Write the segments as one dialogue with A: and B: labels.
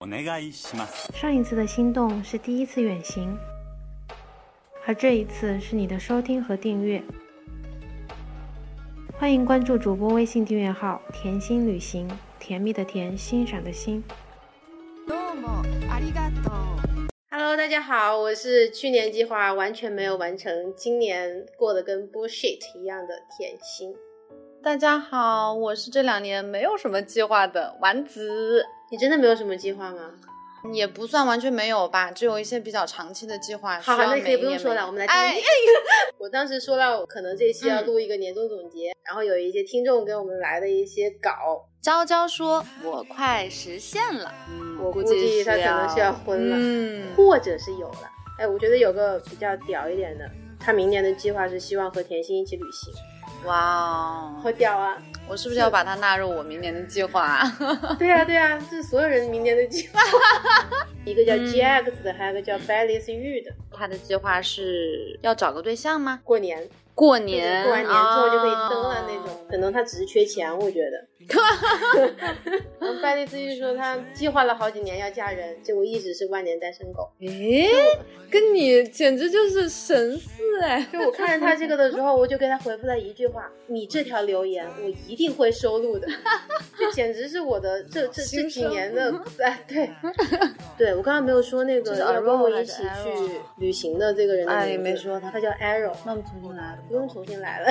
A: お願いします。
B: 上一次的心动是第一次远行，而这一次是你的收听和订阅。欢迎关注主播微信订阅号“甜心旅行”，甜蜜的甜，欣赏的欣。
C: どうもありがとう。
B: Hello，大家好，我是去年计划完全没有完成，今年过得跟 bullshit 一样的甜心。
D: 大家好，我是这两年没有什么计划的丸子，
B: 你真的没有什么计划吗？
D: 也不算完全没有吧，只有一些比较长期的计划。
B: 好，
D: 需要
B: 那可
D: 每
B: 以不用
D: 年
B: 说
D: 每
B: 了，我们来听。
D: 哎， 嗯
B: 我当时说到，可能这期要录一个年终总结，然后有一些听众给我们来的一些稿，
D: 娇娇说我快实现了，嗯
B: 我
D: 估
B: 估计
D: 计
B: 他可能是要婚了，
D: 嗯，
B: 或者是有了。哎，我觉得有个比较屌一点的，他明年的计划是希望和甜心一起旅行，
D: 哇
B: 好
D: 哦，
B: 屌啊！
D: 我是不是要把它纳入我明年的计划？
B: 对啊，对啊，这是所有人明年的计划。一个叫
D: 嗯
B: GX 的，还有一个叫 b a l i c e Yu 的。
D: 他的计划是要找个对象吗？
B: 过年，
D: 过
B: 就是
D: 年，
B: 过完年之后就可以登了
D: 啊
B: 那种。可能他只是缺钱，我觉 得。 然后 b a l i c e Yu 说他计划了好几年要嫁人，结果一直是万年单身狗。
D: 诶，跟你简直就是神似哎！
B: 就我看着他这个的时候，我就给他回复了一句话：“你这条留言我一定会收录的。” 这简直是我的这这这
D: 心
B: 几
D: 声
B: 年的哎，对， 对我刚刚没有说那个
D: 这是
B: 要跟
D: Arrow
B: 我
D: 还
B: 一
D: 是
B: 起
D: Arrow？
B: 去旅行的这个人的
D: 哎
B: 名字
D: 没说他
B: 他叫 Arrow，
D: 那我们重新来
B: 不用重新来了，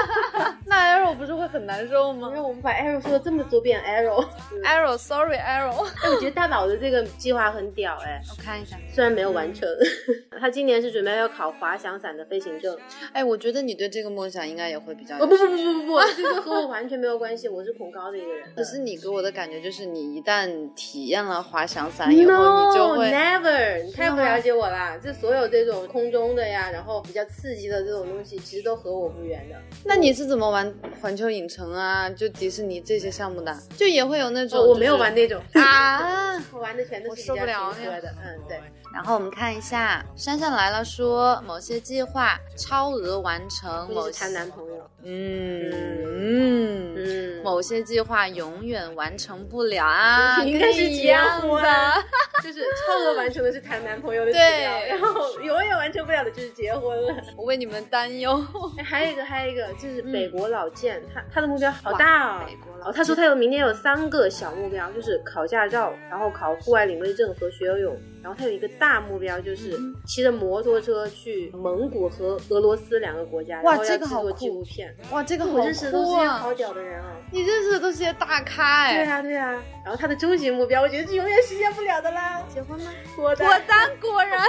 D: 那 Arrow 不是会很难受
B: 因
D: 吗
B: 为我们把 Arrow 说了这么多遍 Arrow。
D: ？Arrow，sorry Arrow。
B: 哎，我觉得大宝的这个计划很屌哎，
D: 我看一下。
B: 虽然没有完成，
D: 嗯
B: 他今年是准备要考滑翔伞的飞行证。
D: 哎，我觉得你对这个梦想应该也会比较
B: 哦
D: 有
B: 不不不不不不，这个和我完全没有关系，我是恐高的一个 人。
D: 可是你给我的感觉就是，你一旦体验了滑翔伞以后，你就
B: No,
D: 会
B: never，你太
D: 吗
B: 不了解我啦！这所有这种空中的呀，然后比较刺激的这种东西，其实都和我无缘的。
D: 那你是怎么玩环球影城啊，就迪士尼这些项目的？就也会有那种、
B: 哦，我没有玩
D: 那
B: 那种，
D: 啊。
B: 我玩的全都是
D: 我受不了
B: 比较平和的。嗯，对，
D: 然后我们看一下，珊珊来了说某些计划超额完成，
B: 估
D: 某
B: 计是谈
D: 些
B: 男朋友。
D: 嗯嗯
B: 嗯，
D: 某些计划永远完成不了啊，
B: 应该
D: 跟
B: 是
D: 你一
B: 结
D: 样
B: 婚
D: 的。
B: 就是超额完成的是谈男朋友的指
D: 对
B: 标，然后永远完成不了的就是结婚了。
D: 我为你们担忧。
B: 哎还有一个，还有一个就是
D: 哦嗯
B: 北国老健，他他的目标好大哦。
D: 美国
B: 哦，
D: 了，
B: 他说他有明年有三个小目标，就是考驾照，然后考户外领队证和学游泳。然后他有一个大目标，就是骑着摩托车去蒙古和俄罗斯两个国家，
D: 哇
B: 然后要
D: 这
B: 制
D: 个好
B: 作
D: 酷
B: 纪录片。
D: 哇，这个好
B: 我认识的
D: 酷
B: 都是些
D: 啊
B: 好！屌的人啊！
D: 你认识的都是些大咖
B: 对
D: 哎。
B: 啊，对啊。然后他的终极目标，我觉得是永远实现不了的啦。
D: 结婚吗？
B: 我的
D: 我当果然，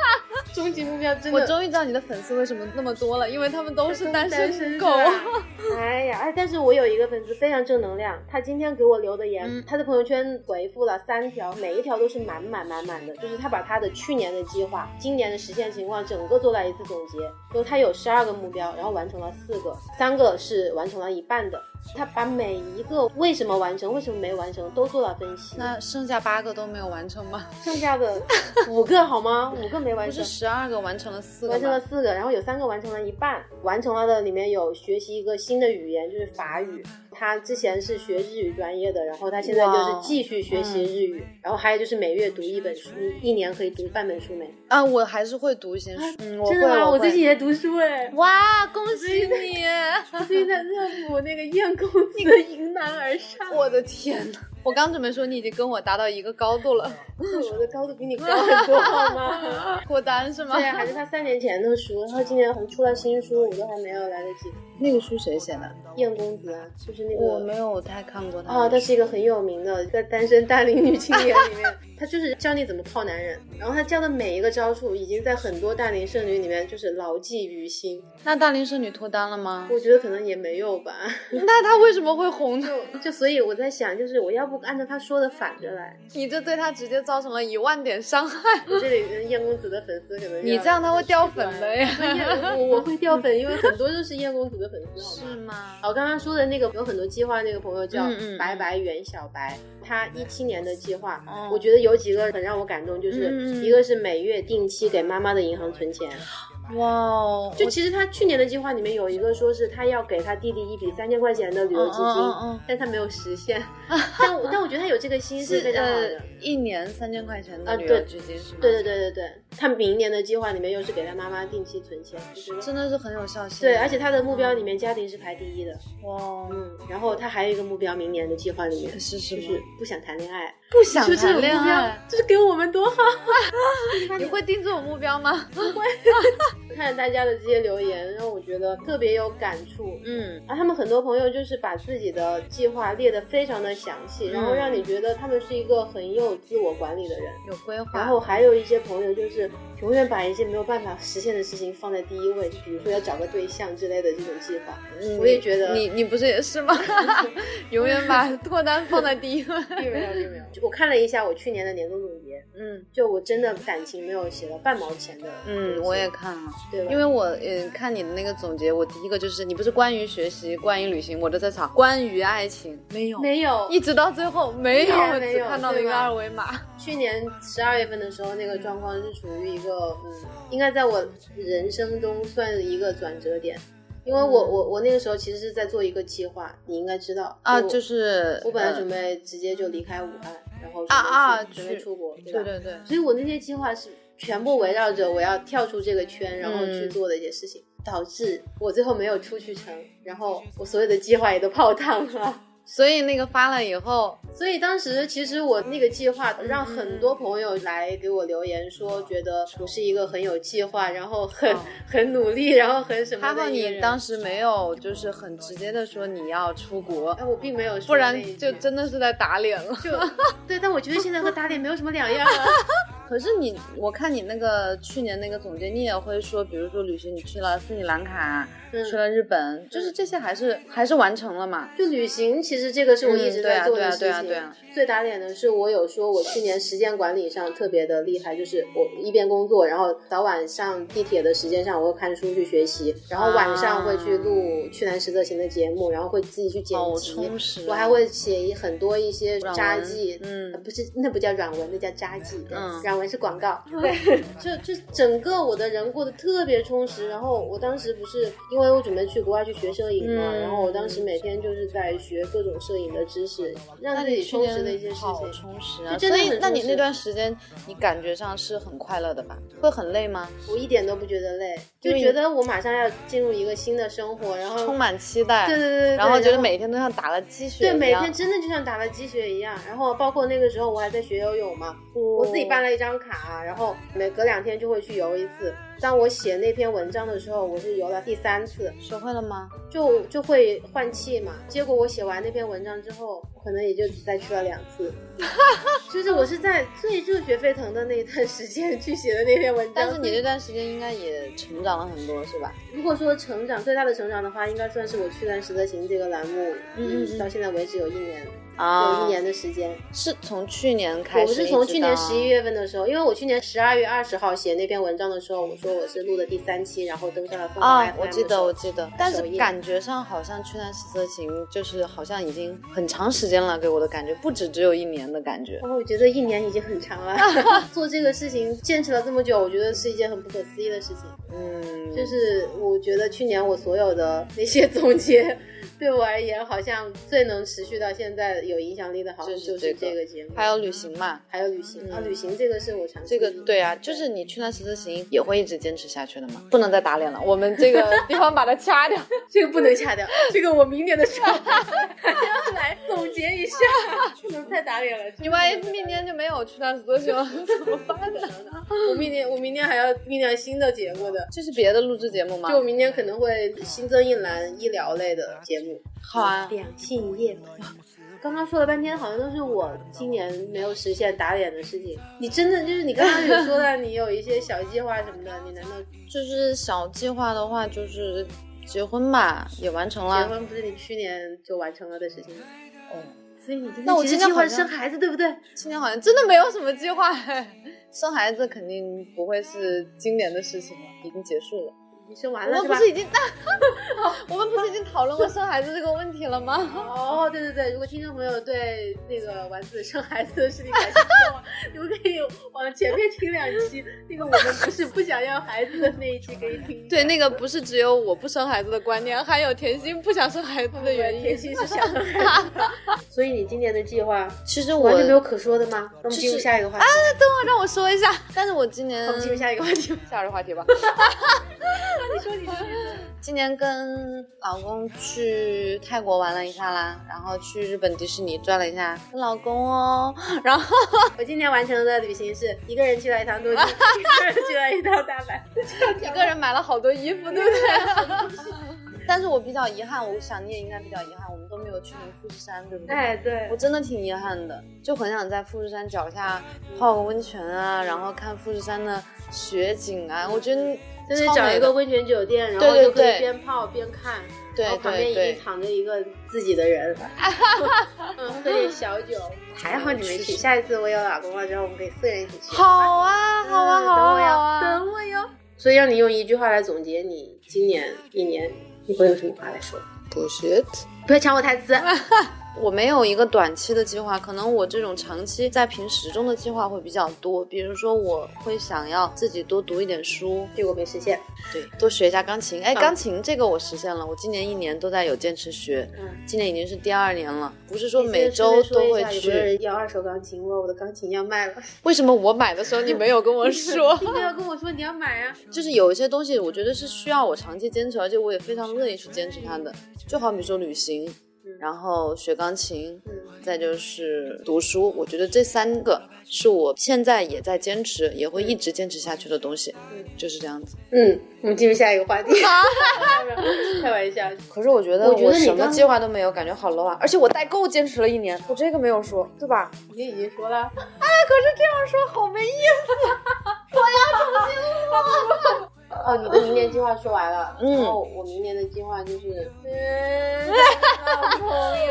B: 终极目标真的
D: 我终于知道你的粉丝为什么那么多了，因为他们都是单身狗。
B: 是吧哎呀，哎，但是我有一个粉丝非常正能量，他今天给我留的言，
D: 嗯
B: 他的朋友圈回复了三条，每一条都是满满满满的，就是他把他的去年的计划、今年的实现情况整个做了一次总结。就他有十二个目标，然后完成了四个，三个是完成了一半的。他把每一个为什么完成、为什么没完成都做了分析。
D: 那剩下八个都没有完成吗？
B: 剩下的五个好吗？五个没完
D: 不是
B: 成。
D: 十二个完成了四个
B: 完成了
D: 吗？
B: 四个，然后有三个完成了一半，完成了的里面有学习一个新的语言，就是法语。他之前是学日语专业的，然后他现在就是
D: 哇
B: 继续学习日语，然后还有就是每月读一本书，你一年可以读半本书没？
D: 啊，我还是会读一些书。嗯，我
B: 真
D: 会，
B: 的啊吗？
D: 我
B: 我
D: 会
B: 最近也读书 哎，
D: 哇，恭喜你！
B: 我最近在热舞那个燕公子迎难而 上，
D: 我的天呐， 我刚准备说你已经跟我达到一个高度了，
B: 我的高度比你高很 多好吗？
D: 脱单是吗？
B: 对啊，还是他三年前的书，然后今年好像出了新书，我都还没有来得及。
D: 那个书谁写的？
B: 燕公子啊，就是那个
D: 我没有太看过他
B: 啊，她是一个很有名的，在单身大龄女青年里面，她就是教你怎么泡男人，然后她教的每一个招数，已经在很多大龄剩女里面就是牢记于心。
D: 那大龄剩女脱单了吗？
B: 我觉得可能也没有吧，
D: 那她为什么会红呢？
B: 就所以我在想，就是我要不按照她说的反着来，
D: 你这对她直接造成了一万点伤害。
B: 我这里跟燕公子的粉丝可能
D: 你这样她会掉粉的 呀？
B: 对燕我我会掉粉，因为很多都是燕公子的粉丝，好吗？
D: 吗？
B: 哦我刚刚说的那个有很多计划，那个朋友叫
D: 嗯嗯嗯
B: 白白袁小白，他一七年的计划，
D: 哦
B: 我觉得有几个很让我感动，就是
D: 嗯嗯嗯
B: 一个是每月定期给妈妈的银行存钱，
A: 吧。
D: 哇哦，
B: 就
D: 我
B: 其实他去年的计划里面有一个说是他要给他弟弟一笔三千块钱的旅游基
D: 嗯
B: 金，
D: 嗯嗯嗯
B: 但他没有实 现。但我但我觉得他有这个心
D: 是
B: 是非常好的
D: 呃。一年三千块钱的
B: 啊
D: 旅游
B: 对
D: 基金是吗？
B: 对对对对对，他明年的计划里面又是给他妈妈定期存钱，我觉得
D: 真的是嗯很有孝心。
B: 对，而且他的目标里面家庭是排第一的。
D: 哇，哦
B: 嗯，然后他还有一个目标，明年的计划里面
D: 是什
B: 就是
D: 么？
B: 不想谈恋爱，
D: 不想
B: 就这
D: 谈
B: 种
D: 恋
B: 目
D: 爱
B: 标，，就是给我们多好。
D: 你会定这种目标吗？
B: 看大家的这些留言，让我觉得特别有感触。
D: 嗯，
B: 啊，他们很多朋友就是把自己的计划列得非常的详细，
D: 嗯
B: 然后让你觉得他们是一个很有自我管理的人。
D: 有规划。
B: 然后还有一些朋友就是永远把一些没有办法实现的事情放在第一位，就比如说要找个对象之类的这种计划。
D: 嗯
B: 我也觉得
D: 你你不是也是 吗？永远把脱单放在第一位。
B: 并没有，并没有。 我看了一下我去年的年度总结，
D: 嗯
B: 就我真的感情没有写到半毛钱的。
D: 嗯，我也看了，
B: 对吧？
D: 因为我呃看你的那个总结，我第一个就是你不是关于学习、关于旅行，我都在查关于爱情，没有。
B: 没有，
D: 一直到最后没有，
B: 依然没
D: 只
B: 有
D: 看到了一
B: 对
D: 个
B: 吧
D: 二维 码。
B: 去年十二月份的时候，那个状况是处于一个，嗯，应该在我人生中算是一个转折点，因为我、
D: 嗯
B: 我我那个时候其实是在做一个计划，你应该知道
D: 啊，
B: 我
D: 就是
B: 我本来准
D: 备、
B: 备直接就离开武汉，然后准备
D: 啊啊
B: 去准备
D: 去
B: 出国，对吧？
D: 对对对，
B: 所以我那些计划是全部围绕着我要跳出这个圈，然后
D: 嗯
B: 去做的一些事情，导致我最后没有出去成，然后我所有的计划也都泡汤了。
D: 所以那个发了以后，
B: 所以当时其实我那个计划让很多朋友来给我留言
D: 嗯
B: 说，觉得我是一个很有计划，然后很、
D: 哦
B: 很努力，然后很什么
D: 哈
B: 的
D: 哈，
B: 一个
D: 你
B: 人
D: 当时没有就是呃很直接的说你要出国
B: 哎，，我并没有说
D: 不然
B: 那一
D: 就
B: 句
D: 真的是在打脸了。
B: 就对，但我觉得现在和打脸没有什么两样啊。
D: 可是你，我看你那个去年那个总结，你也会说，比如说旅行，你去了斯里兰卡，
B: 嗯
D: 去了日本，就是这些还是还是完成了嘛？
B: 就旅行，其实这个是我一直在做的事
D: 嗯对
B: 情。
D: 啊对啊对啊
B: 最打脸的是，我有说我去年时间管理上特别的厉害，就是我一边工作，然后早晚上地铁的时间上我会看书去学习，然后晚上会去录《去南实则行》的节目，然后会自己去剪
D: 好
B: 辑。
D: 哦充实、
B: 哦我还，会写一很多一些
D: 啊软文
B: 札记，
D: 嗯
B: 呃不是那不叫软文，那叫札记，对
D: 嗯
B: 软文是广 告，对，就就整个我的人过得特别充实。然后我当时不是因为我准备去国外去学摄影嘛，
D: 嗯
B: 然后我当时每天就是在学各种摄影的知识，
D: 那
B: 让自
D: 你
B: 己
D: 去
B: 充
D: 年
B: 实的一些事
D: 好
B: 情。
D: 充实啊！
B: 就真
D: 所
B: 的
D: 以，
B: 很
D: 那你
B: 充实
D: 那段时间，你感觉上是很快乐的吧？会很累吗？
B: 我一点都不觉得累，
D: 因
B: 就
D: 为
B: 觉得我马上要进入一个新的生活，然后
D: 充满期待，
B: 对对对对，
D: 然后觉得
B: 每。
D: 每天都像打了鸡血
B: 对，
D: 一
B: 每
D: 样
B: 天真的就像打了鸡血一样。然后包括那个时候我还在学游泳嘛，我自己办了一张卡，啊然后每隔两天就会去游一次。当我写那篇文章的时候，我是游了第三次，
D: 学会了吗？
B: 就就会换气嘛。结果我写完那篇文章之后，我可能也就只再去了两 次。就是我是在最热血沸腾的那一段时间去写的那篇文章。
D: 但是你那段时间应该也成长了很多，是吧？
B: 如果说成长最大的成长的话，应该算是我去年实则行这个栏目，
D: 嗯嗯嗯
B: 到现在为止有一年，
D: 啊，
B: 有一年的时间。
D: 是从去年开始
B: 我
D: 一直到，
B: 是从去年十一月份的时候，因为我去年十二月二十号写那篇文章的时候，我说我是录的第三期，然后登上了凤凰
D: 啊
B: FM 的，时候
D: 我记得，我记得，但是
B: 首页
D: 感觉上好像《去年十色情》就是好像已经很长时间了，给我的感觉不止只有一年的感觉。
B: 然后我觉得一年已经很长了， 做这个事情坚持了这么久，我觉得是一件很不可思议的事情。
D: 嗯，
B: 就是我觉得去年我所有的那些总结，对我而言好像最能持续到现在有影响力的，好像
D: 就是
B: 是
D: 这
B: 这
D: 个
B: 个节目，
D: 还有旅行嘛，
B: 还有旅行、啊，
D: 嗯
B: 旅行这个是我长期
D: 这个对啊，就是你《去年十色情》也会一直坚持下去的嘛，不能再打脸了，我们这个地方把它掐掉。
B: 这个不能掐掉，这个我明年的 时候还要来总结一下，不能太打脸了。
D: 你万一明年就没有《去年十色情》了， 怎么办呢？
B: 我明年我明年还要酝酿新的节目的，
D: 这是别的录制节目吗？
B: 就我明年可能会新增一栏医疗类的节目。
D: 好啊，
B: 两性夜跑。嗯刚刚说了半天，好像都是我今年没有实现打脸的事情。你真的就是你刚刚有 说到你有一些小计划什么的，你难道
D: 就是小计划的话，就是结婚吧，也完成
B: 结
D: 了。
B: 婚不是你去年就完成了的事情吗？
D: 哦，
B: 所以你今
D: 那我
B: 其实
D: 今天
B: 计划
D: 好
B: 是
D: 像
B: 生孩子对不对？
D: 今年好像真的没有什么计划、生孩子肯定不会是今年的事情了，已经结束了。
B: 你生完
D: 我
B: 了
D: 们
B: 是吧
D: 不？是已经， 我们不是已经讨论过生孩子这个问题了吗？
B: 哦，对对对，如果听众朋友对那个丸子生孩子的事情感兴趣的话，你们可以往前面听两期那个我们不是不想要孩子的那一期可以听一下。
D: 对，那个不是只有我不生孩子的观念，还有甜心不想生孩子的原因
B: 甜。心是想生孩子的。 所以你今年的计划
D: 其实
B: 完全没
D: 没有
B: 有可说的吗？那我啊们进入
D: 就是
B: 下一个话题。
D: 让我说一下，但是我今年
B: 我们进入下一个话题吧。
D: 下一个话题吧。
B: 你说你说。
D: 今年跟老公去泰国玩了一下啦，然后去日本迪士尼转了一下，跟老公哦，然后
B: 我今年完成的旅行是一个人去了一趟东京，一个人去了一趟大阪。
D: 一个人买了好多衣
B: 嗯
D: 服，对不对？ 但是我比较遗憾，我想你也应该比较遗憾，我们都没有去成富士山，对不对？
B: 哎，对
D: 我，真的挺遗憾的，就很想在富士山脚下泡个温泉啊，然后看富士山的雪景啊。我觉得
B: 就是
D: 超美
B: 找一个
D: 的
B: 温泉酒店，然
D: 对
B: 后
D: 对
B: 就可以
D: 对
B: 边泡边看，然
D: 对
B: 后旁边
D: 对
B: 已经
D: 对，
B: 躺着一个自己的 人，嗯，喝点小酒。还好你没去，下一次我有老公了之后，我们可以四个人一起去。
D: 好啊，好啊，
B: 嗯
D: 好
B: 等我
D: 啊，
B: 哟
D: 好啊！
B: 等我哟。所以让你用一句话来总结你今年一年，你会用什么话来说？
D: 不是。
B: 不要抢我台词。
D: 我没有一个短期的计划，可能我这种长期在平时中的计划会比较多。比如说，我会想要自己多读一点书，
B: 结果没实现。
D: 对，多学一下钢琴。哎，
B: 嗯
D: 钢琴这个我实现了，我今年一年都在有坚持学，
B: 嗯，
D: 今年已经是第二年了。不是说
B: 你
D: 每
B: 先顺
D: 周
B: 便说
D: 都
B: 一
D: 会
B: 下有没有
D: 去。
B: 人要二手钢琴？我我的钢琴要卖 了。
D: 为什么我买的时候你没有跟 我说？
B: 你没有跟我说你要买啊？
D: 就是有一些东西，我觉得是需要我长期坚持，而且我也非常乐意去坚持它的。就好比说旅行，然后学钢琴，
B: 嗯
D: 再就是读书，我觉得这三个是我现在也在坚持，也会一直坚持下去的东西，
B: 嗯
D: 就是这样子。
B: 嗯，我们进入下一个话题。 开玩笑，
D: 可是我觉得
B: 我觉得
D: 我
B: 你
D: 什么
B: 刚
D: 计划都没有，感觉好 low 啊！而且我代购坚持了一年，我这个没有说，对吧？
B: 你已经说了，
D: 可是这样说好没意思。
B: 哦，你的明年计划说完了，
D: 嗯
B: 然后我明年的计划就是，嗯，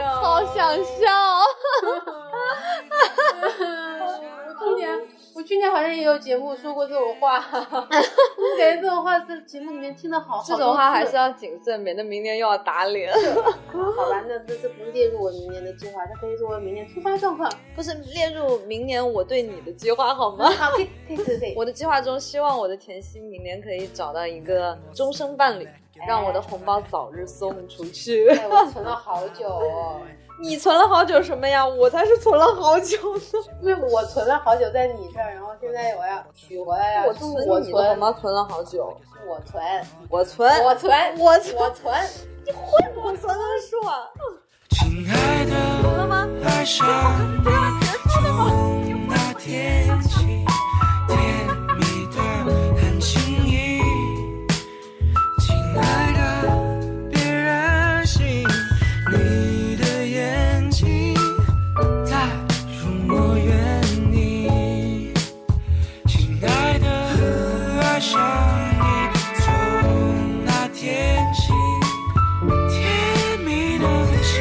B: 好朋友，
D: 笑、
B: 我去年，我去年好像也有节目说过这种话，我感觉这种话在节目里面听的好，
D: 这种话还
B: 好
D: 是要谨慎，免得明年又要打脸。
B: 多次好吧？那这这不列入我明年的计划，它可以作为明年突发状况。
D: 不是列入明年我对你的计划好吗？
B: 好，可以可以可以可以，
D: 我的计划中，希望我的甜心明年可以找到一个终生伴侣，让我的红包早日送出去。
B: 哎，我存了好久哦。
D: 你存了好久什么呀？我才是存了好久呢。
B: 因为我存了好久在你这儿，然后现在我要取回来了。
D: 我
B: 是
D: 存
B: 我
D: 你的
B: 存
D: 红，包存了好久，
B: 是我存，
D: 我存，
B: 我存，
D: 我存，
B: 我存。
D: 我存了数啊，
A: 亲爱
D: 存
A: 的，
D: 了吗？
A: 爱上你从那天起，甜蜜的很轻易。亲爱的，别任性，你的眼睛太如我愿意。亲爱的，爱上你从那天起。甜蜜的心。